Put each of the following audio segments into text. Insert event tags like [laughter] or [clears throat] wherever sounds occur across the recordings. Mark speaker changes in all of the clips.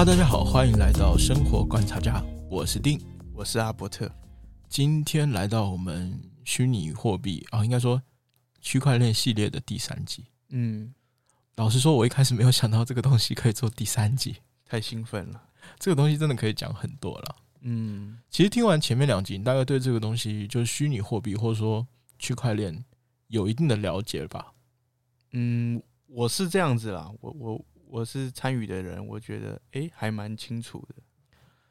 Speaker 1: 欢迎来到生活观察家，我是丁。
Speaker 2: 我是阿伯特，
Speaker 1: 今天来到我们虚拟货币啊，应该说区块链系列的第三集。
Speaker 2: 嗯，
Speaker 1: 老实说，我一开始没有想到这个东西可以做第三集，
Speaker 2: 太兴奋了，
Speaker 1: 这个东西真的可以讲很多了。
Speaker 2: 嗯
Speaker 1: 其实听完前面两集，你大概对这个东西，就是虚拟货币或者说区块链，有一定的了解吧？
Speaker 2: 嗯，我是这样子啦，我我我是参与的人，我觉得诶还蛮清楚的，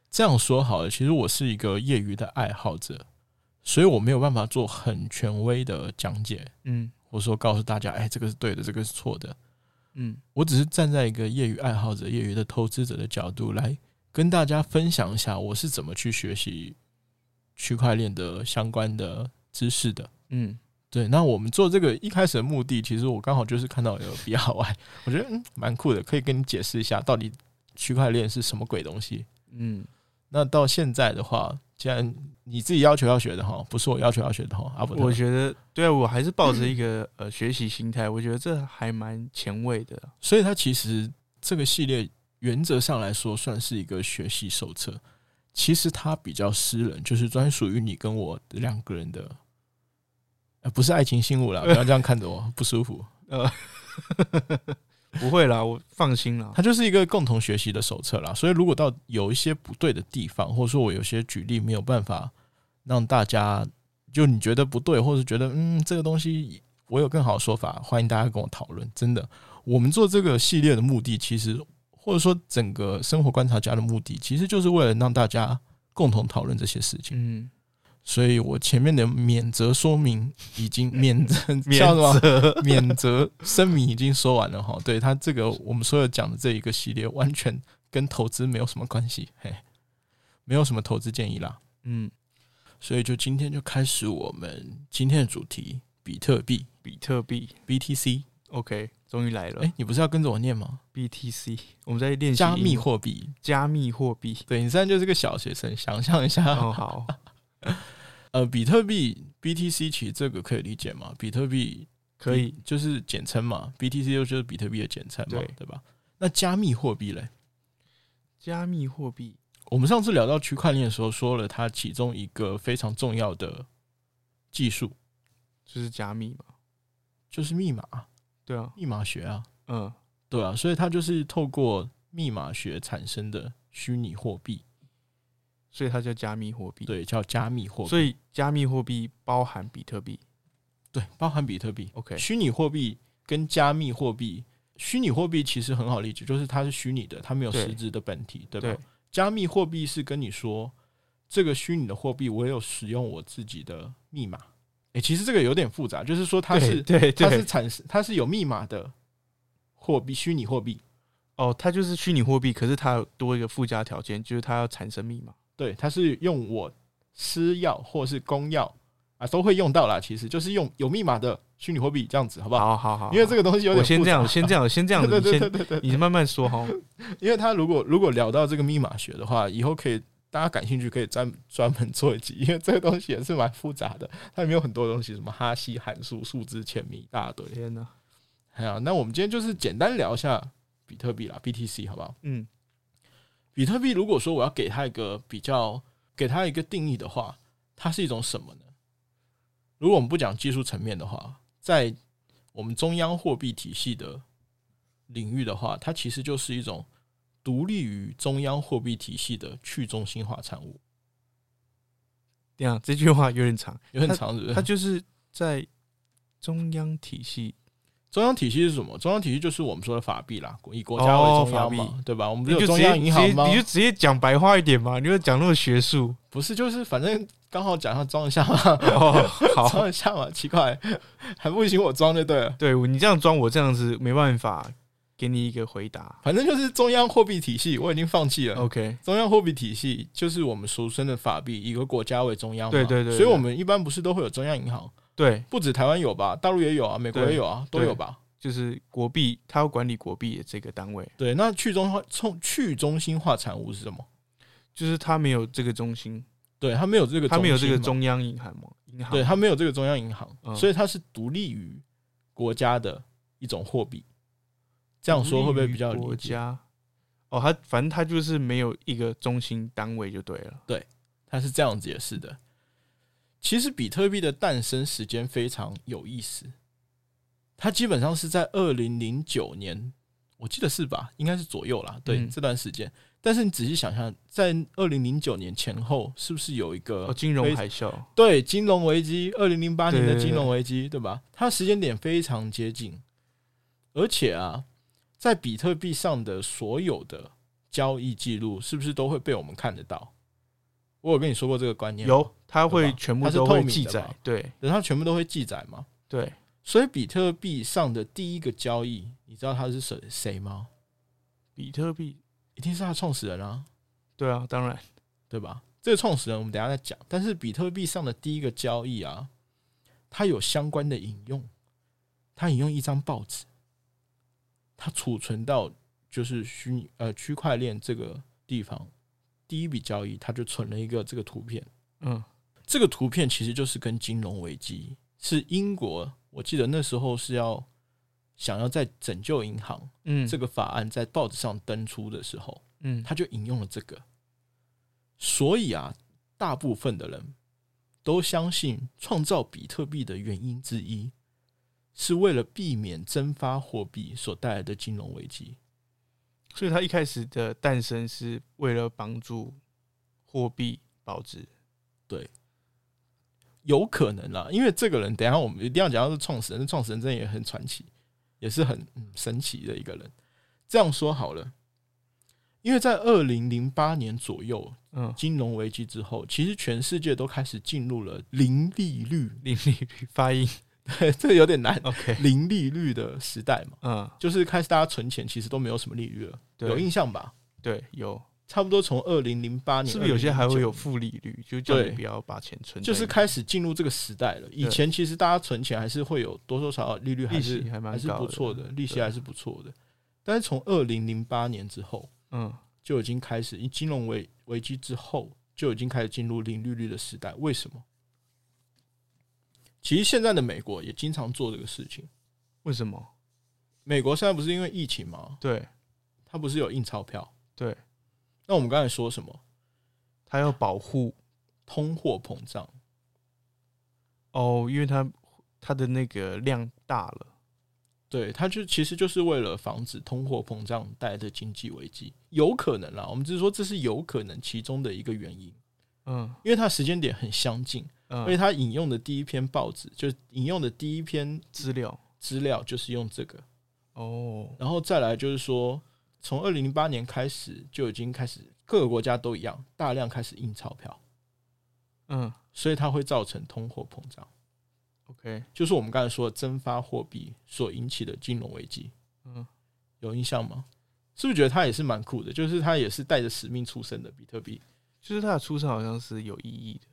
Speaker 1: 这样说好了，其实我是一个业余的爱好者，所以我没有办法做很权威的讲解，
Speaker 2: 嗯
Speaker 1: 或者说告诉大家，哎，这个是对的，这个是错的。
Speaker 2: 嗯
Speaker 1: 我只是站在一个业余爱好者、业余的投资者的角度来跟大家分享一下，我是怎么去学习区块链的相关的知识的。
Speaker 2: 嗯
Speaker 1: 对，那我们做这个一开始的目的，其实我刚好就是看到有 [laughs] BRY，我觉得嗯蛮酷的，可以跟你解释一下到底区块链是什么鬼东西。
Speaker 2: 嗯，
Speaker 1: 那到现在的话，既然你自己要求要学的哈，不是我要求要学的哈，阿伯特，
Speaker 2: 我觉得对啊，我还是抱着
Speaker 1: [clears throat]
Speaker 2: 一个、呃学习心态，我觉得这还蛮前卫的，啊
Speaker 1: 所以它其实这个系列原则上来说算是一个学习手册，其实它比较私人，就是专属于你跟我两个人的，呃，不是爱情信物啦，不要这样看着我，不舒服。
Speaker 2: 呃， [laughs] 不会啦，我放心啦，
Speaker 1: 它就是一个共同学习的手册啦。所以如果到有一些不对的地方，或者说我有些举例没有办法让大家就你觉得不对，或者觉得嗯这个东西我有更好的说法，欢迎大家跟我讨论。真的，我们做这个系列的目的，其实或者说整个生活观察家的目的，其实就是为了让大家共同讨论这些事情。
Speaker 2: 嗯，
Speaker 1: 所以我前面的免责说明已
Speaker 2: [laughs]
Speaker 1: 经免责
Speaker 2: 免
Speaker 1: 叫什么
Speaker 2: 责，
Speaker 1: 免责声明已经说完了哈，对他这个我们所有讲的这一个系列，完全跟投资没有什么关系，嘿，没有什么投资建议啦。
Speaker 2: 嗯，
Speaker 1: 所以就今天就开始我们今天的主题，比特币
Speaker 2: 比特币
Speaker 1: BTC。
Speaker 2: ，OK，终于来了、
Speaker 1: 哎、你不是要跟着我念吗？
Speaker 2: BTC，我们在练习
Speaker 1: 加密
Speaker 2: 英文
Speaker 1: 货币。
Speaker 2: 加密货币，
Speaker 1: 对你现在就是个小学生，想象一下，[laughs]
Speaker 2: 哦好，
Speaker 1: 呃，比特币 BTC 其实这个可以理解吗？比特币
Speaker 2: 可以，
Speaker 1: 就是简称嘛，BTC 就是比特币的简称嘛，
Speaker 2: 对
Speaker 1: 对吧？那加密货币嘞？
Speaker 2: 加密货币，
Speaker 1: 我们上次聊到区块链的时候，说了它其中一个非常重要的技术
Speaker 2: 就是加密嘛，
Speaker 1: 就是密码，
Speaker 2: 对啊，
Speaker 1: 密码学啊，
Speaker 2: 嗯
Speaker 1: 对啊，所以它就是透过密码学产生的虚拟货币，，
Speaker 2: 所以它叫加密货币。，
Speaker 1: 对，叫加密货币，
Speaker 2: 所以加密货币包含比特币。
Speaker 1: 对，包含比特币。
Speaker 2: OK，
Speaker 1: 虚拟货币跟加密货币，虚拟货币其实很好理解，就是它是虚拟的，它没有
Speaker 2: 对
Speaker 1: 实质的本体，对吧？
Speaker 2: 对
Speaker 1: 加密货币是跟你说，这个虚拟的货币我有使用我自己的密码。诶、其实这个有点复杂，就是说它是
Speaker 2: 对对
Speaker 1: 它
Speaker 2: 对
Speaker 1: 是产生，它是有密码的货币，虚拟货币，
Speaker 2: 哦，它就是虚拟货币，可是它有多一个附加条件，就是它要产生密码。
Speaker 1: 对，它是用我私钥或是公钥啊，都会用到啦。其实就是用有密码的虚拟货币这样子，好不好？
Speaker 2: 好好好，
Speaker 1: 因为这
Speaker 2: 个
Speaker 1: 个东西有点
Speaker 2: 我先
Speaker 1: 复杂
Speaker 2: 这样，我先这
Speaker 1: [laughs]
Speaker 2: 样，我先这样子，
Speaker 1: 对
Speaker 2: 你
Speaker 1: 对对
Speaker 2: 先
Speaker 1: 对对，
Speaker 2: 你慢慢说哈。
Speaker 1: 因为它如果如果聊到这个密码学的话，以后可以大家感兴趣可以专专门做一集，因为这个东西也是蛮复杂的，它里面有很多东西，什么哈希函数、数字签名一大堆。
Speaker 2: 天哪，
Speaker 1: 哎呀，那我们今天就是简单聊一下比特币啦，BTC 好不好？
Speaker 2: 嗯
Speaker 1: 比特币如果说我要给它一个比较，给它一个定义的话，它是一种什么呢？如果我们不讲技术层面的话，在我们中央货币体系的领域的话，它其实就是一种独立于中央货币体系的去中心化产物，
Speaker 2: 这样这句话有点长，
Speaker 1: 有很长是不
Speaker 2: 它
Speaker 1: 是？
Speaker 2: 就是在中央体系，
Speaker 1: 中央体系是什么？中央体系就是我们说的法币啦，以国家为中央嘛，
Speaker 2: 哦法
Speaker 1: 对吧？我们不
Speaker 2: 你
Speaker 1: 是有
Speaker 2: 就直
Speaker 1: 中
Speaker 2: 接
Speaker 1: 央
Speaker 2: 直
Speaker 1: 银行
Speaker 2: 接
Speaker 1: 吗
Speaker 2: 你？就直接讲白话一点嘛，你就讲那么学
Speaker 1: [laughs]
Speaker 2: 术。
Speaker 1: 不是，就是反正刚好讲一下装一下嘛，
Speaker 2: 哦，好，
Speaker 1: 装一下嘛，奇怪， [laughs] 还不行，我装就对了。
Speaker 2: 对你这样装，我这样子没办法给你一个回答。
Speaker 1: 反正就是中央货币体系，我已经放弃了。
Speaker 2: OK，
Speaker 1: 中央货币体系就是我们俗称的法币，以一个国家为中央嘛。
Speaker 2: 对对对对
Speaker 1: 所以我们一般不是都会有中央银行，
Speaker 2: 对，
Speaker 1: 不止台湾有吧，大陆也有啊，美国
Speaker 2: 对
Speaker 1: 也有啊，都有吧？
Speaker 2: 就是国币，它要管理国币的这个单位，
Speaker 1: 对，那去中化、冲去中心化产物是什么？
Speaker 2: 就是它没有这个中心，
Speaker 1: 对，它没有这个，
Speaker 2: 它没有这
Speaker 1: 中
Speaker 2: 个
Speaker 1: 心
Speaker 2: 中央银行嘛，银
Speaker 1: 嘛，
Speaker 2: 行
Speaker 1: 对，它没有这个中央银行，
Speaker 2: 嗯
Speaker 1: 所以它是独立于国家的一种货币。这样说会不会比较
Speaker 2: 独立于
Speaker 1: 理
Speaker 2: 国
Speaker 1: 解？
Speaker 2: 家？哦，他反正他就是没有一个中心单位就对了。
Speaker 1: 它是这样解释的。其实比特币的诞生时间非常有意思，它基本上是在二零零九年，我记得是吧？应该是左右啦，对、
Speaker 2: 嗯
Speaker 1: 这段时间。但是你仔细想想，在二零零九年前后，是不是有一个、
Speaker 2: 哦，金
Speaker 1: 非
Speaker 2: 融
Speaker 1: 常
Speaker 2: 海啸，
Speaker 1: 对金融危机，二零零八年的
Speaker 2: 对对对
Speaker 1: 金融危机，对吧？它时间点非常接近，而且啊，在比特币上的所有的交易记录，是不是都会被我们看得到？我有跟你说过这个观念吗，
Speaker 2: 有他
Speaker 1: 对
Speaker 2: 会
Speaker 1: 吧
Speaker 2: 全部
Speaker 1: 它是
Speaker 2: 都
Speaker 1: 透
Speaker 2: 会
Speaker 1: 明
Speaker 2: 记
Speaker 1: 的
Speaker 2: 载
Speaker 1: 嘛，
Speaker 2: 对
Speaker 1: 对，它全部都会记载嘛。
Speaker 2: 对，
Speaker 1: 所以比特币上的第一个交易，你知道他是谁谁吗？
Speaker 2: 比特币，
Speaker 1: 一定是他的创始人啊，
Speaker 2: 对啊，当然，
Speaker 1: 对吧？这个创始人我们等一下再讲。但是比特币上的第一个交易啊，它有相关的引用，它引用一张报纸，它储存到就是虚呃区块链这个地方，第一笔交易它就存了一个这个图片。
Speaker 2: 嗯，
Speaker 1: 这个图片其实就是跟金融危机是英国，我记得那时候是要想要在拯救银行
Speaker 2: 嗯，
Speaker 1: 这
Speaker 2: 个，
Speaker 1: 个法案在报纸上登出的时候，
Speaker 2: 嗯，
Speaker 1: 他就引用了这个。所以啊，大部分的人都相信创造比特币的原因之一，是为了避免蒸发货币所带来的金融危机。
Speaker 2: 所以他一开始的诞生是为了帮助货币保值，
Speaker 1: 有可能啦，因为这个人，等一下我们一定要讲到是创始人，这创始人真的也很传奇，也是很、嗯、神奇的一个人。这样说好了，因为在二零零八年左右
Speaker 2: 嗯，
Speaker 1: [laughs] 金融危机之后，其实全世界都开始进入了零利率， [laughs]
Speaker 2: 零利率发音
Speaker 1: 这有点难，
Speaker 2: ，OK，
Speaker 1: 零利率的时代嘛，
Speaker 2: 嗯，
Speaker 1: 就是开始大家存钱其实都没有什么利率了，有
Speaker 2: 对
Speaker 1: 印象吧？
Speaker 2: 对有，
Speaker 1: 差不多从二零零八年，
Speaker 2: 是不是有些还会
Speaker 1: 2009
Speaker 2: 有
Speaker 1: 年
Speaker 2: 负利率，就叫你
Speaker 1: 对
Speaker 2: 不要把钱存在
Speaker 1: 就
Speaker 2: 里面，
Speaker 1: 是开始进入这个时代了。以前其实大家存钱还是会有多多少少利率还是
Speaker 2: 利息还蛮
Speaker 1: 是
Speaker 2: 高的
Speaker 1: 不错的，利息
Speaker 2: 对
Speaker 1: 还是不错的。但是从二零零八年之后
Speaker 2: 嗯，
Speaker 1: 就已经开始，因金融危危机之后就已经开始进入零利率的时代。为什么？其实现在的美国也经常做这个事情。
Speaker 2: 为什么？
Speaker 1: 美国现在不是因为疫情吗？
Speaker 2: 对
Speaker 1: 它不是有印钞票？
Speaker 2: 对，
Speaker 1: 那我们刚才说什么？
Speaker 2: 他要保护
Speaker 1: 通货膨胀。
Speaker 2: 哦，因为他他的那个量大了，
Speaker 1: 对，它就其实就是为了防止通货膨胀带来的经济危机，有可能啦。我们只是说这是有可能其中的一个原因，
Speaker 2: 嗯
Speaker 1: 因为它时间点很相近，而且
Speaker 2: 嗯，
Speaker 1: 它引用的第一篇报纸，就是引用的第一篇
Speaker 2: 资料
Speaker 1: 资料就是用这个，
Speaker 2: 哦，
Speaker 1: 然后再来就是说，从二零零八年开始就已经开始各个国家都一样，大量开始印钞票，
Speaker 2: 嗯
Speaker 1: 所以它会造成通货膨胀，
Speaker 2: ，OK，
Speaker 1: 就是我们刚才说的蒸发货币所引起的金融危机。
Speaker 2: 嗯，
Speaker 1: 有印象吗？是不是觉得他也是蛮酷的？就是他也是带着使命出生的比特币，
Speaker 2: 就是他的出生好像是有意义的，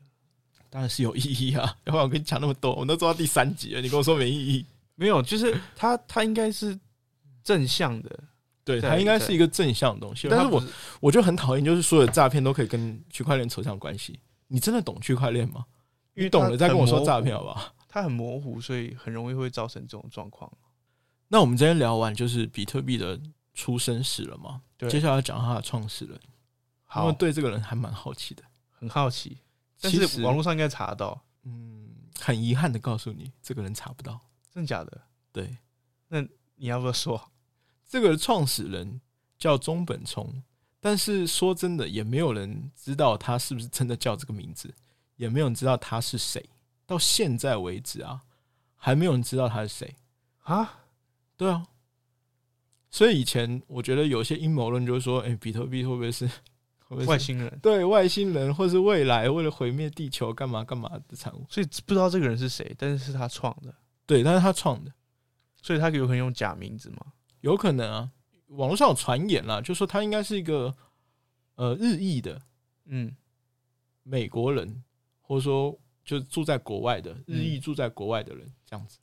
Speaker 1: 当然是有意义啊！ [laughs] 要不然我跟你讲那么多，我都做到第三集了，你跟我说没意义？
Speaker 2: 没有，就是他他应该是正向的，
Speaker 1: 对，
Speaker 2: 对
Speaker 1: 它应该是一个正向的东西。但是
Speaker 2: 他不
Speaker 1: 我我就很讨厌，就是所有诈骗都可以跟区块链扯上关系。你真的懂区块链吗？
Speaker 2: 因为
Speaker 1: 你懂
Speaker 2: 它
Speaker 1: 了再跟我说
Speaker 2: 很模糊
Speaker 1: 诈骗好不好？
Speaker 2: 它很模糊，所以很容易会造成这种状况。
Speaker 1: 那我们今天聊完就是比特币的出生史了嘛？
Speaker 2: 对
Speaker 1: 接下来讲他的创始人，因
Speaker 2: 好
Speaker 1: 为，对这个人还蛮好奇的。
Speaker 2: 很好奇，但
Speaker 1: 其
Speaker 2: 是
Speaker 1: 实
Speaker 2: 网络上应该查得到，
Speaker 1: 嗯，很遗憾的告诉你，这个人查不到。
Speaker 2: 真的假的？
Speaker 1: 对，
Speaker 2: 你要不要说？
Speaker 1: 这个创始人叫中本聪，但是说真的，也没有人知道他是不是真的叫这个名字，也没有人知道他是谁。到现在为止啊，还没有人知道他是谁。
Speaker 2: 啊，
Speaker 1: 对 [laughs] 啊，所以以前我觉得有些阴谋论就是说，哎、比特币会不会是会不会
Speaker 2: 外
Speaker 1: 是
Speaker 2: 星人，
Speaker 1: 对外星人，或是未来为了毁灭地球干嘛干嘛的产物？
Speaker 2: 所以不知道这个人是谁，但是是他创的，
Speaker 1: 对，但是他创的，
Speaker 2: 所以他有可能用假名字嘛？
Speaker 1: 有可能啊。网络上有传言啦，就说他应该是一个呃日裔的
Speaker 2: 嗯
Speaker 1: 美国人，或者说就住在国外的日裔住在国外的人，这样子，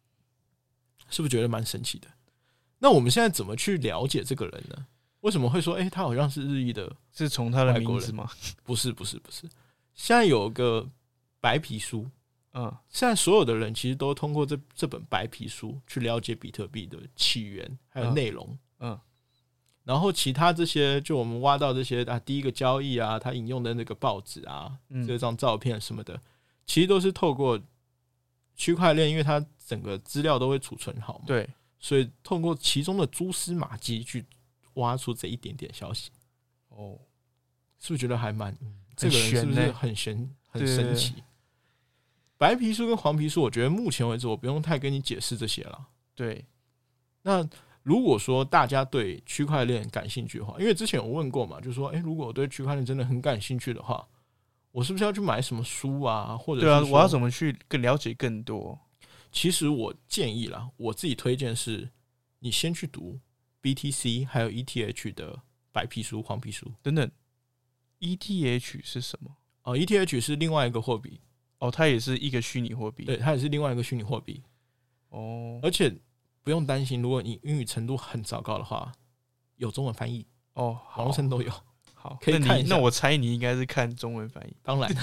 Speaker 1: 是不是觉得蛮神奇的？那我们现在怎么去了解这个人呢？为什么会说，哎、他好像是日裔的？
Speaker 2: 是从他的
Speaker 1: 外国
Speaker 2: 名
Speaker 1: 人
Speaker 2: 字吗？
Speaker 1: 不是，不是，不是。现在有个白皮书，
Speaker 2: 嗯，
Speaker 1: 现在所有的人其实都通过这这本白皮书去了解比特币的起源还有
Speaker 2: 嗯
Speaker 1: 内容。
Speaker 2: 嗯
Speaker 1: 然后其他这些，就我们挖到这些啊，第一个交易啊，他引用的那个报纸啊，
Speaker 2: 嗯
Speaker 1: 这张照片什么的，其实都是透过区块链，因为它整个资料都会储存好嘛，
Speaker 2: 对，
Speaker 1: 所以通过其中的蛛丝马迹去挖出这一点点消息，
Speaker 2: 哦，
Speaker 1: 是不是觉得还蛮、这个人是不
Speaker 2: 嗯玄
Speaker 1: 是
Speaker 2: 呢
Speaker 1: 很神很
Speaker 2: 对
Speaker 1: 神奇？白皮书跟黄皮书，我觉得目前为止我不用太跟你解释这些了。
Speaker 2: 对，
Speaker 1: 那如果说大家对区块链感兴趣的话，因为之前有问过嘛，就说，诶，如果我对区块链真的很感兴趣的话，我是不是要去买什么书啊？或者
Speaker 2: 对啊，
Speaker 1: 是说
Speaker 2: 我要怎么去更了解更多？
Speaker 1: 其实我建议啦，我自己推荐是，你先去读 BTC 还有 ETH 的白皮书、黄皮书。
Speaker 2: 等等，ETH 是什么？
Speaker 1: 哦、e t h 是另外一个货币，
Speaker 2: 哦，它也是一个虚拟货币。
Speaker 1: 对，，呃它也是另外一个虚拟货币。
Speaker 2: 哦
Speaker 1: 而且不用担心，如果你英语程度很糟糕的话，有中文翻译，
Speaker 2: 哦，
Speaker 1: 网
Speaker 2: 好
Speaker 1: 络，上都有。
Speaker 2: 好，
Speaker 1: 可以
Speaker 2: 那
Speaker 1: 看
Speaker 2: 你
Speaker 1: 一下
Speaker 2: 那我猜你应该是看中文翻译。
Speaker 1: 当然， [laughs]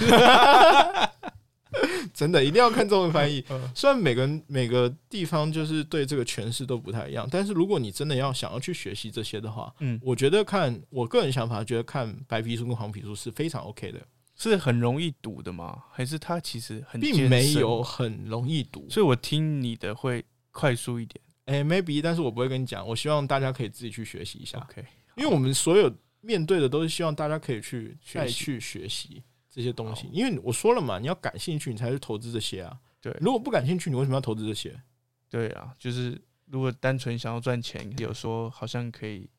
Speaker 1: 真的一定要看中文翻译。
Speaker 2: 嗯
Speaker 1: 虽然每个人每个地方就是对这个诠释都不太一样，但是如果你真的要想要去学习这些的话，
Speaker 2: 嗯，
Speaker 1: 我觉得看我个人想法，觉得看白皮书跟黄皮书是非常 OK 的，
Speaker 2: 是很容易读的吗？还是它其实很
Speaker 1: 并
Speaker 2: 艰
Speaker 1: 没
Speaker 2: 深
Speaker 1: 有很容易读。
Speaker 2: 所以我听你的会快速一点。
Speaker 1: 诶 m a y b e 但是我不会跟你讲，我希望大家可以自己去学习一下，
Speaker 2: OK，
Speaker 1: 因为我们所有面对的都是希望大家可以去
Speaker 2: 学习
Speaker 1: 再去学习这些东西
Speaker 2: 好，
Speaker 1: 因为我说了嘛，你要感兴趣，你才去投资这些啊。
Speaker 2: 对
Speaker 1: 如果不感兴趣，你为什么要投资这些？
Speaker 2: 对啊，就是如果单纯想要赚钱，有时候好像可以不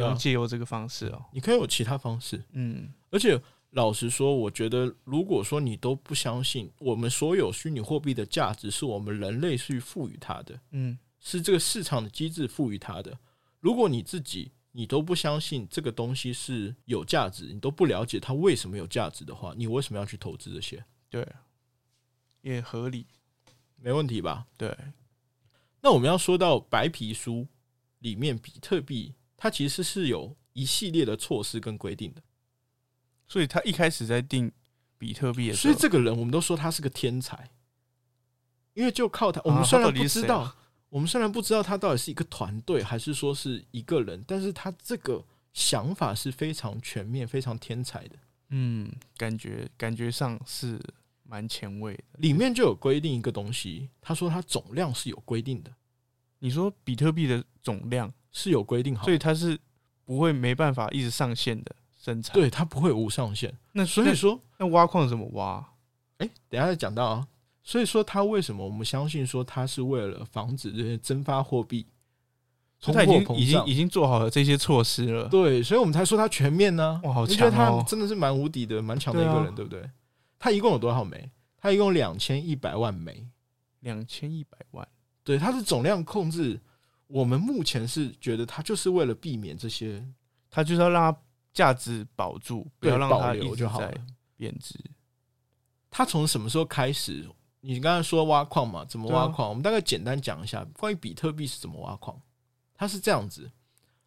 Speaker 1: 对
Speaker 2: 用
Speaker 1: 啊
Speaker 2: 借由这个方式哦。
Speaker 1: 你可以有其他方式。
Speaker 2: 嗯，
Speaker 1: 而且老实说，我觉得如果说你都不相信我们所有虚拟货币的价值是我们人类去赋予它的，
Speaker 2: 嗯，
Speaker 1: 是这个市场的机制赋予它的，如果你自己你都不相信这个东西是有价值，你都不了解它为什么有价值的话，你为什么要去投资这些？
Speaker 2: 对啊，也合理。
Speaker 1: 没问题吧？
Speaker 2: 对，
Speaker 1: 那我们要说到白皮书里面，比特币它其实是有一系列的措施跟规定的。
Speaker 2: 所以他一开始在定比特币的时
Speaker 1: 所以
Speaker 2: 候，
Speaker 1: 这个人，我们都说他是个天才，因为就靠他，我们
Speaker 2: 啊
Speaker 1: 虽
Speaker 2: 他
Speaker 1: 然
Speaker 2: 到底
Speaker 1: 不
Speaker 2: 是
Speaker 1: 知
Speaker 2: 谁
Speaker 1: 道，
Speaker 2: 啊
Speaker 1: 我们虽然不知道他到底是一个团队还是说是一个人，但是他这个想法是非常全面、非常天才的。
Speaker 2: 嗯，感觉感觉上是蛮前卫的。
Speaker 1: 里面就有规定一个东西，他说他总量是有规定的，
Speaker 2: 你说比特币的总量，
Speaker 1: 是有规定好
Speaker 2: 所
Speaker 1: 的，
Speaker 2: 以它是不会没办法一直上线的生产。，
Speaker 1: 对他不会无上限。
Speaker 2: 那
Speaker 1: 所以说，
Speaker 2: 那那挖矿怎么挖？
Speaker 1: 哎、等一下再讲到啊。所以说，他为什么我们相信说他是为了防止这些蒸发货币
Speaker 2: 所
Speaker 1: 通
Speaker 2: 以
Speaker 1: 货
Speaker 2: 他已
Speaker 1: 膨
Speaker 2: 经
Speaker 1: 胀？
Speaker 2: 已经已经做好了这些措施了。
Speaker 1: 对，所以我们才说他全面呢、
Speaker 2: 哇好
Speaker 1: 你觉得
Speaker 2: 强
Speaker 1: 他
Speaker 2: 哦
Speaker 1: 真的是蛮无敌的，蛮强的一
Speaker 2: 对
Speaker 1: 个
Speaker 2: 啊
Speaker 1: 人，对不对？他一共有多少枚？他一共两千一百万枚。
Speaker 2: 两千一百万，
Speaker 1: 对，它的总量控制，我们目前是觉得它就是为了避免这些
Speaker 2: 他就是要让它价值保住，不
Speaker 1: 对
Speaker 2: 要让
Speaker 1: 保
Speaker 2: 它一
Speaker 1: 留
Speaker 2: 直
Speaker 1: 就好了
Speaker 2: 在。贬值。
Speaker 1: 它从什么时候开始？你刚才说挖矿嘛，怎么
Speaker 2: 啊
Speaker 1: 挖矿？我们大概简单讲一下关于比特币是怎么挖矿。它是这样子，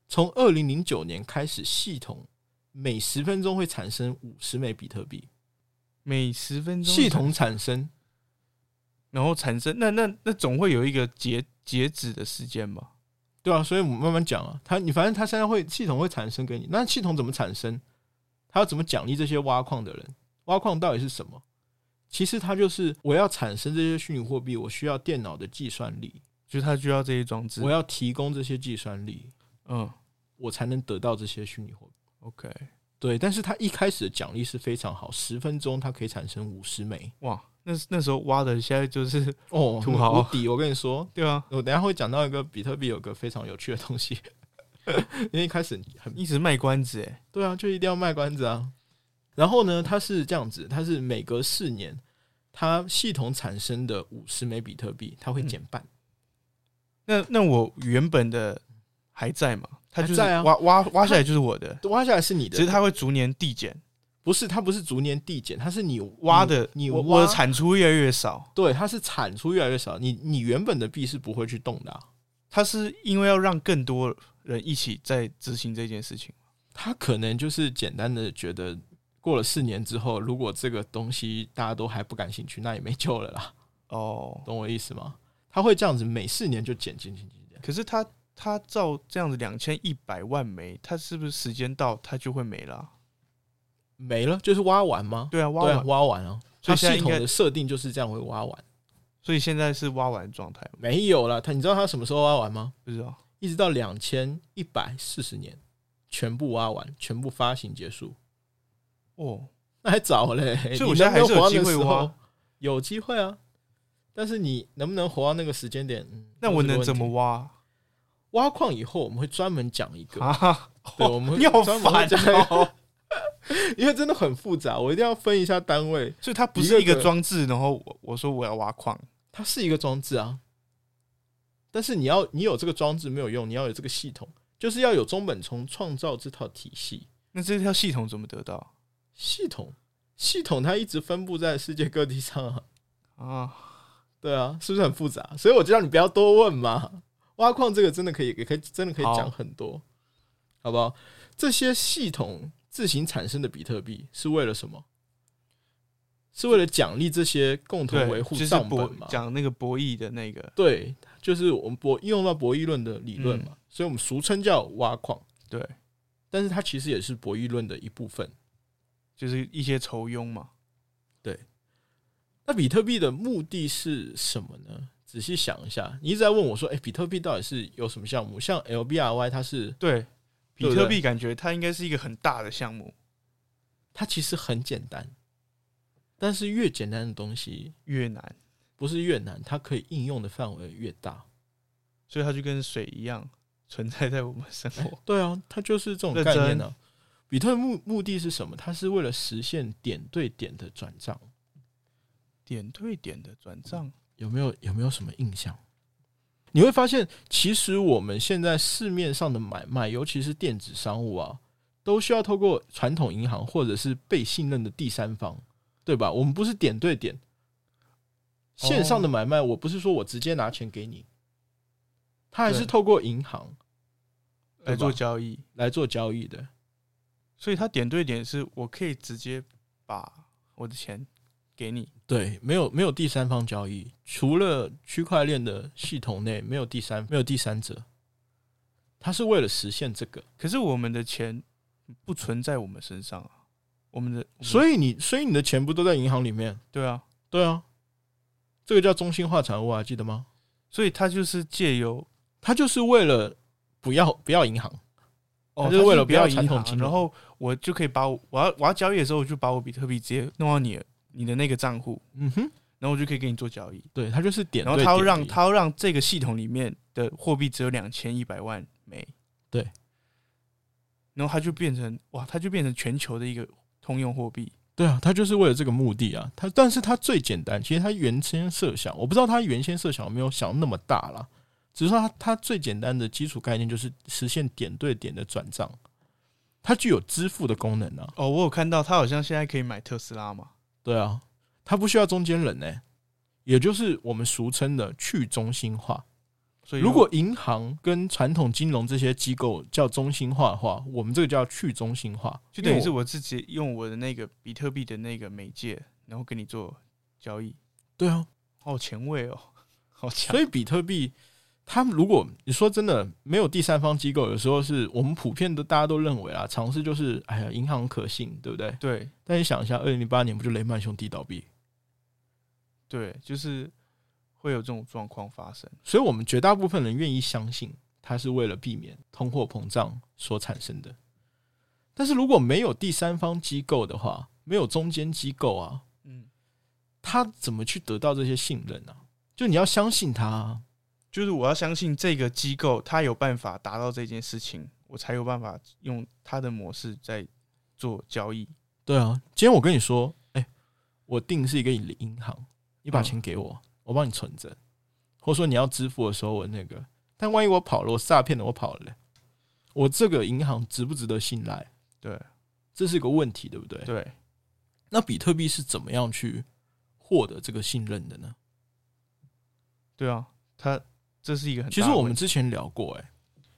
Speaker 1: 从二零零九年开始，系统每十分钟会产生五十枚比特币，
Speaker 2: 每十分钟
Speaker 1: 系统产生
Speaker 2: 然后产生，那那那总会有一个截截止的时间吧？
Speaker 1: 对啊，所以我们慢慢讲啊。它你反正它现在会系统会产生给你，那系统怎么产生？它要怎么奖励这些挖矿的人？挖矿到底是什么？其实它就是我要产生这些虚拟货币，我需要电脑的计算力，
Speaker 2: 就他需要这些装置
Speaker 1: 我。要提供这些计算力，
Speaker 2: 嗯
Speaker 1: 我才能得到这些虚拟货币。
Speaker 2: ，OK，
Speaker 1: 对，但是它一开始的奖励是非常好，十分钟它可以产生五十枚
Speaker 2: 哇，那那时候挖的现在就是 [laughs]
Speaker 1: 哦，
Speaker 2: 土豪
Speaker 1: 无敌！我跟你说，
Speaker 2: 对啊，
Speaker 1: 我等一下会讲到一个比特币有个非常有趣的东西， [laughs] 因为一开始很
Speaker 2: 一直卖关子哎。
Speaker 1: 对啊，就一定要卖关子啊。然后呢，它是这样子，它是每隔四年，它系统产生的五十枚比特币，它会减半。
Speaker 2: 嗯那那我原本的还在吗？他就是
Speaker 1: 还在啊
Speaker 2: 挖挖挖下来就是我的，
Speaker 1: 挖下来是你
Speaker 2: 只是
Speaker 1: 的，
Speaker 2: 它会逐年递减，
Speaker 1: 不是它不是逐年递减，它是你
Speaker 2: 挖的
Speaker 1: 你你
Speaker 2: 我
Speaker 1: 挖
Speaker 2: 我的产出越来越少。
Speaker 1: 对，它是产出越来越少。你你原本的币是不会去动的啊、
Speaker 2: 它是因为要让更多人一起在执行这件事情。
Speaker 1: 它可能就是简单的觉得过了四年之后，如果这个东西大家都还不感兴趣，那也没救了啦，
Speaker 2: 哦，
Speaker 1: 懂我意思吗？它会这样子，每四年就减减减减减。
Speaker 2: 可是它它照这样子两千一百万枚，它是不是时间到它就会没了啊？
Speaker 1: 没了，就是挖完吗？
Speaker 2: 对啊，挖
Speaker 1: 对啊
Speaker 2: 完，，
Speaker 1: 挖完啊。
Speaker 2: 所
Speaker 1: 它
Speaker 2: 以现在
Speaker 1: 系
Speaker 2: 应
Speaker 1: 统
Speaker 2: 该
Speaker 1: 的设定就是这样会挖完，
Speaker 2: 所以现在是挖完状态吗，
Speaker 1: 没有了。它你知道它什么时候挖完吗？
Speaker 2: 不知道。
Speaker 1: 一直到两千一百四十年，全部挖完，全部发行结束，
Speaker 2: 哦，
Speaker 1: 那还早嘞。
Speaker 2: 所以
Speaker 1: 你
Speaker 2: 我现在
Speaker 1: 能不能
Speaker 2: 还是
Speaker 1: 活到那
Speaker 2: 有机会
Speaker 1: 时候
Speaker 2: 挖，
Speaker 1: 有机会啊。但是你能不能活到那个时间点？嗯
Speaker 2: 那我能怎
Speaker 1: 这是
Speaker 2: 么
Speaker 1: 个问题
Speaker 2: 挖啊？
Speaker 1: 挖矿？以后我们会专门讲一个，
Speaker 2: 啊，
Speaker 1: [laughs] 对，我们
Speaker 2: [laughs]
Speaker 1: 会
Speaker 2: 你好
Speaker 1: 专门会
Speaker 2: 烦
Speaker 1: 讲一 [laughs]
Speaker 2: 哦！
Speaker 1: 个，因为真的很复杂，我一定要分一下单位。
Speaker 2: [laughs] 所以它不是一
Speaker 1: 一个
Speaker 2: 个装置，然后我我说我要挖矿，
Speaker 1: 它是一个装置啊，但是你要你有这个装置没有用，你要有这个系统，就是要有中本聪创造这套体系。
Speaker 2: 那这条系统怎么得到
Speaker 1: 系统系统它一直分布在世界各地上啊，
Speaker 2: 啊？
Speaker 1: 对啊，是不是很复杂？所以我就让你不要多问嘛。挖矿这个真的可以，也可以真的可以
Speaker 2: 好
Speaker 1: 讲很多，好不好？这些系统自行产生的比特币是为了什么？是为了奖励这些共同维
Speaker 2: 对，
Speaker 1: 护
Speaker 2: 就是
Speaker 1: 账
Speaker 2: 博
Speaker 1: 本嘛？
Speaker 2: 讲那个博弈的那个，
Speaker 1: 对，就是我们博应用到博弈论的理论嘛，所以我们俗称叫挖矿，
Speaker 2: 嗯对，
Speaker 1: 但是它其实也是博弈论的一部分。
Speaker 2: 就是一些酬庸嘛。
Speaker 1: 那比特币的目的是什么呢？仔细想一下，你一直在问我说，哎、比特币到底是有什么项目？像 LBRY，它是
Speaker 2: 对，比
Speaker 1: 对不
Speaker 2: 特
Speaker 1: 对
Speaker 2: 币感觉它应该是一个很大的项目，
Speaker 1: 它其实很简单，但是越简单的东西
Speaker 2: 越南，
Speaker 1: 不是越难，它可以应用的范围越大。
Speaker 2: 所以它就跟水一样存在在我们生
Speaker 1: [laughs]
Speaker 2: 活。
Speaker 1: 对啊，它就是这种
Speaker 2: 认
Speaker 1: 概念
Speaker 2: 真
Speaker 1: 啊。比特目目的是什么？它是为了实现点对点的转账，
Speaker 2: 点对点的转账，
Speaker 1: 有没有有没有什么印象？你会发现，其实我们现在市面上的买卖，尤其是电子商务啊，都需要透过传统银行或者是被信任的第三方，对吧？我们不是点对点，线上的买
Speaker 2: 哦
Speaker 1: 卖，我不是说我直接拿钱给你，它还是
Speaker 2: 对
Speaker 1: 透过银行
Speaker 2: 来
Speaker 1: 对吧
Speaker 2: 做交易。
Speaker 1: 来做交易的。
Speaker 2: 所以它点对点是我可以直接把我的钱给你，
Speaker 1: 对，没有没有第三方交易，除了区块链的系统内没有第三没有第三者，它是为了实现这个。
Speaker 2: 可是我们的钱不存在我们身上啊，我们的以
Speaker 1: 所以你，所以你的钱不都在银行里面？
Speaker 2: 对啊，
Speaker 1: 对啊，这个叫中心化产物啊，记得吗？
Speaker 2: 所以它就是借由
Speaker 1: 它就是为了不要不要银行，
Speaker 2: 哦，
Speaker 1: 它就是为了
Speaker 2: 不
Speaker 1: 不
Speaker 2: 要
Speaker 1: 要
Speaker 2: 银
Speaker 1: 传统
Speaker 2: 行
Speaker 1: 金融
Speaker 2: 然后我就可以把我我要我要交易的时候，我就把我比特币直接弄到你你的那个账户，
Speaker 1: 嗯哼，
Speaker 2: 然后我就可以跟你做交易。
Speaker 1: 对，它就是点
Speaker 2: 然后
Speaker 1: 对
Speaker 2: 它要
Speaker 1: 点而
Speaker 2: 让
Speaker 1: 已
Speaker 2: 它要让这个系统里面的货币只有两千一百万枚，
Speaker 1: 对，
Speaker 2: 然后它就变成哇，它就变成全球的一个通用货币。
Speaker 1: 对啊，它就是为了这个目的啊。它，但是它最简单，其实它原先设想，我不知道它原先设想有没有想那么大啦，只是说它它最简单的基础概念就是实现点对点的转账，它具有支付的功能啊。
Speaker 2: 哦，我有看到它好像现在可以买特斯拉嘛？
Speaker 1: 对啊，它不需要中间人呢、也就是我们俗称的去中心化。
Speaker 2: 所以
Speaker 1: 如果银行跟传统金融这些机构叫中心化的话，我们这个叫去中心化，
Speaker 2: 就等于
Speaker 1: 因为
Speaker 2: 是
Speaker 1: 我
Speaker 2: 我自己用我的那个比特币的那个媒介，然后跟你做交易，
Speaker 1: 对啊。
Speaker 2: 好前卫哦，好强
Speaker 1: 所以比特币，它如果你说真的没有第三方机构，有时候是我们普遍的大家都认为啊，尝试就是哎呀银行可信，对不对？
Speaker 2: 对
Speaker 1: 但你想一下，二零零八年不就雷曼兄弟倒闭？
Speaker 2: 对，就是会有这种状况发生。
Speaker 1: 所以我们绝大部分人愿意相信它是为了避免通货膨胀所产生的。但是如果没有第三方机构的话，没有中间机构啊，
Speaker 2: 嗯，
Speaker 1: 他怎么去得到这些信任呢、啊？就你要相信他、啊，
Speaker 2: 就是我要相信这个机构，它有办法达到这件事情，我才有办法用它的模式在做交易。
Speaker 1: 对啊，今天我跟你说，哎、我定是一个银行，你把
Speaker 2: 嗯
Speaker 1: 钱给我，我帮你存着，或者说你要支付的时候我那个，但万一我跑了，我诈骗了，我跑了嘞，我这个银行值不值得信赖？
Speaker 2: 对
Speaker 1: 这是个问题，对不对？
Speaker 2: 对，
Speaker 1: 那比特币是怎么样去获得这个信任的呢？
Speaker 2: 对啊，它这是一个很
Speaker 1: 其实
Speaker 2: 大的
Speaker 1: 我
Speaker 2: 问
Speaker 1: 们
Speaker 2: 题
Speaker 1: 之前聊过、哎，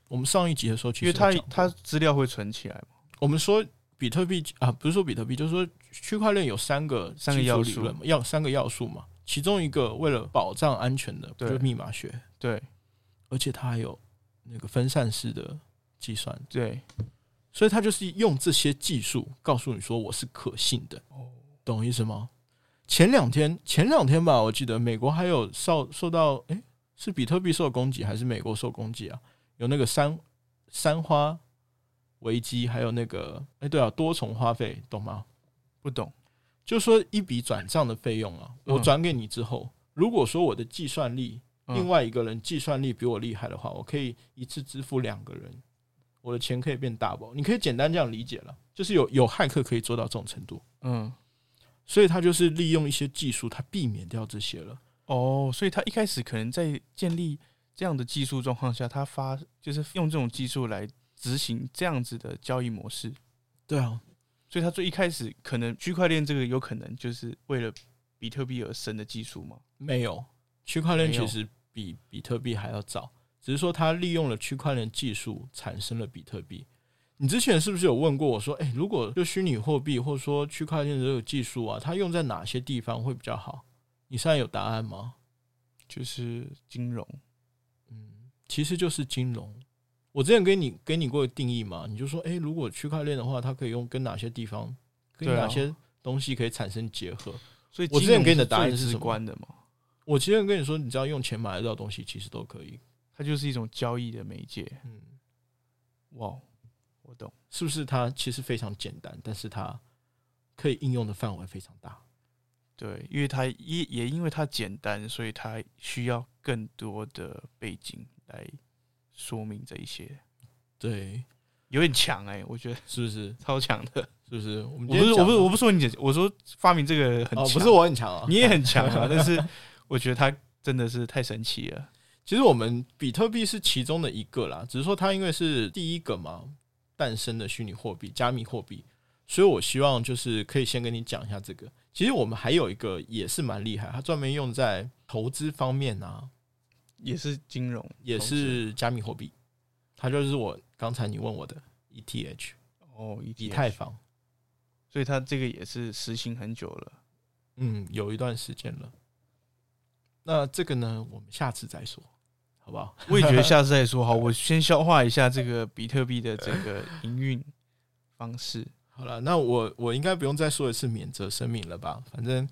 Speaker 1: 我们上一集的时候其
Speaker 2: 因
Speaker 1: 实
Speaker 2: 为
Speaker 1: 有
Speaker 2: 它
Speaker 1: 讲过
Speaker 2: 它资料会存起来嘛，
Speaker 1: 我们说比特币啊，不是说比特币，就是说区块链有三个
Speaker 2: 三个
Speaker 1: 基础
Speaker 2: 要
Speaker 1: 理
Speaker 2: 素
Speaker 1: 论嘛，要三个要素嘛。其中一个为了保障安全的，
Speaker 2: 对
Speaker 1: 就是密码学，
Speaker 2: 对，
Speaker 1: 而且它还有那个分散式的计算，
Speaker 2: 对，
Speaker 1: 所以它就是用这些技术告诉你说我是可信的，
Speaker 2: 哦，
Speaker 1: 懂我意思吗？前两天前两天吧，我记得美国还有受受到诶、是比特币受攻击还是美国受攻击啊？有那个三三花危机，还有那个诶、对啊，多重花费，懂吗？
Speaker 2: 不懂，
Speaker 1: 就说一笔转账的费用啊，
Speaker 2: 嗯
Speaker 1: 我转给你之后，如果说我的计算力，
Speaker 2: 嗯
Speaker 1: 另外一个人计算力比我厉害的话，我可以一次支付两个人，我的钱可以变大包。你可以简单这样理解了，就是有有骇客可以做到这种程度，
Speaker 2: 嗯，
Speaker 1: 所以他就是利用一些技术，他避免掉这些了。
Speaker 2: 哦，所以他一开始可能在建立这样的技术状况下，他发就是用这种技术来执行这样子的交易模式，
Speaker 1: 对啊，
Speaker 2: 所以他最一开始可能区块链这个有可能就是为了比特币而生的技术嘛，
Speaker 1: 没有区块链
Speaker 2: 没有
Speaker 1: 其实比比特币还要早，只是说它利用了区块链技术产生了比特币。你之前是不是有问过我说，诶，哎如果就虚拟货币或者说区块链的这个技术啊，它用在哪些地方会比较好？你现在有答案吗？
Speaker 2: 就是金融，
Speaker 1: 嗯，其实就是金融。我之前给你给你过的定义嘛，你就说，诶，如果区块链的话，它可以用跟哪些地方，跟
Speaker 2: 对啊
Speaker 1: 哪些东西可以产生结合？
Speaker 2: 所以
Speaker 1: 我之
Speaker 2: 金
Speaker 1: 前
Speaker 2: 融
Speaker 1: 给你
Speaker 2: 是
Speaker 1: 的答案
Speaker 2: 最
Speaker 1: 是
Speaker 2: 直
Speaker 1: 什么
Speaker 2: 观的嘛，
Speaker 1: 我之前跟你说，你只要用钱买得到东西，其实都可以。
Speaker 2: 它就是一种交易的媒介，
Speaker 1: 嗯。
Speaker 2: 哇，哦我懂，
Speaker 1: 是不是它其实非常简单，但是它可以应用的范围非常大。
Speaker 2: 对，因为它也也因为它简单，所以它需要更多的背景来说明这一些，
Speaker 1: 对，
Speaker 2: 有点强哎、我觉得
Speaker 1: 是不是？
Speaker 2: 超强的。
Speaker 1: 是不是？我们
Speaker 2: 我
Speaker 1: 今天
Speaker 2: 不是我
Speaker 1: 讲
Speaker 2: 不是
Speaker 1: 的
Speaker 2: 我不是说你姐，我说发明这个很强、
Speaker 1: 哦，不是我很强啊，
Speaker 2: [laughs] 你也很强
Speaker 1: [laughs]
Speaker 2: 啊，但是我觉得他真的是太神奇了。
Speaker 1: 其实我们比特币是其中的一个啦，只是说它因为是第一个嘛诞生的虚拟货币、加密货币，所以我希望就是可以先跟你讲一下这个。其实我们还有一个也是蛮厉害，它专门用在投资方面啊，
Speaker 2: 也是金融，
Speaker 1: 也是加密货币，它就是我刚才你问我的 ETH
Speaker 2: 哦，以
Speaker 1: 以太坊，
Speaker 2: 所以它这个也是实行很久
Speaker 1: [laughs]
Speaker 2: 了。
Speaker 1: 嗯，有一段时间了。那这个呢，我们下次再说，好不好？
Speaker 2: 我也觉得下次再说好，我先消化一下这个比特币的整个营运方式。
Speaker 1: 好了，那我我应该不用再说一次免责声明了吧？反正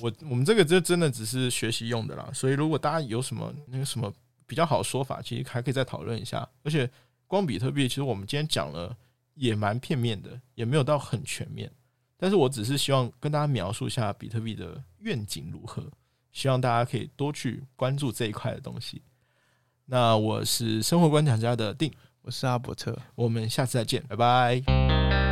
Speaker 1: 我我们这个就真的只是学习用的啦，所以如果大家有什么那个什么比较好的说法，其实还可以再讨论一下。而且光比特币，其实我们今天讲了也蛮片面的，也没有到很全面。但是我只是希望跟大家描述一下比特币的愿景如何，希望大家可以多去关注这一块的东西。那我是生活观察家的定，
Speaker 2: 我是阿伯特。
Speaker 1: 我们下次再见，拜拜。